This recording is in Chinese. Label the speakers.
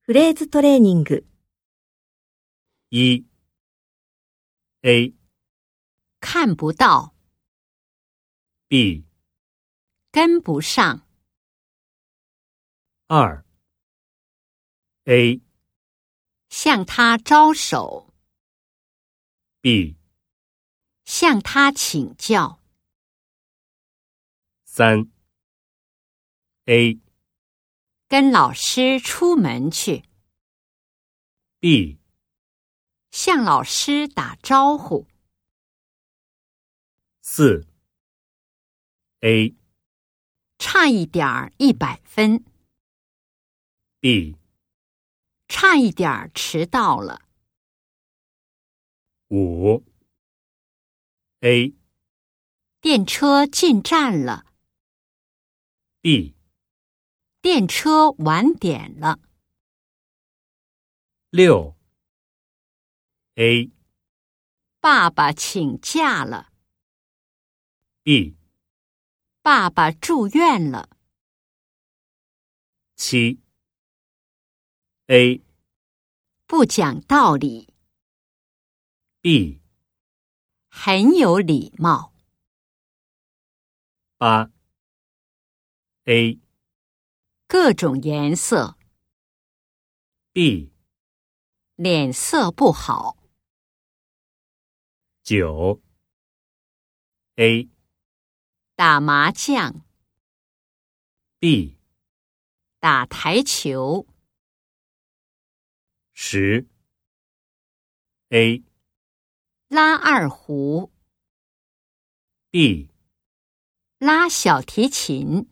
Speaker 1: フレーズトレーニング、
Speaker 2: 一 A
Speaker 3: 看不到，
Speaker 2: B
Speaker 3: 跟不上，
Speaker 2: 二 A
Speaker 3: 向他招手，
Speaker 2: B
Speaker 3: 向他请教，
Speaker 2: 三 A
Speaker 3: 跟老师出门去，
Speaker 2: B
Speaker 3: 向老师打招呼，
Speaker 2: 四 A
Speaker 3: 差一点儿一百分，
Speaker 2: B
Speaker 3: 差一点儿迟到了，
Speaker 2: 五 A
Speaker 3: 电车进站了，
Speaker 2: B
Speaker 3: 电车晚点了，
Speaker 2: 六 A
Speaker 3: 爸爸请假了，
Speaker 2: B
Speaker 3: 爸爸住院了，
Speaker 2: 七 A
Speaker 3: 不讲道理，
Speaker 2: B
Speaker 3: 很有礼貌，
Speaker 2: 八 A
Speaker 3: 各种颜色，
Speaker 2: B
Speaker 3: 脸色不好，
Speaker 2: 九 A
Speaker 3: 打麻将。
Speaker 2: B
Speaker 3: 打台球，
Speaker 2: 十 A
Speaker 3: 拉二胡，
Speaker 2: B
Speaker 3: 拉小提琴。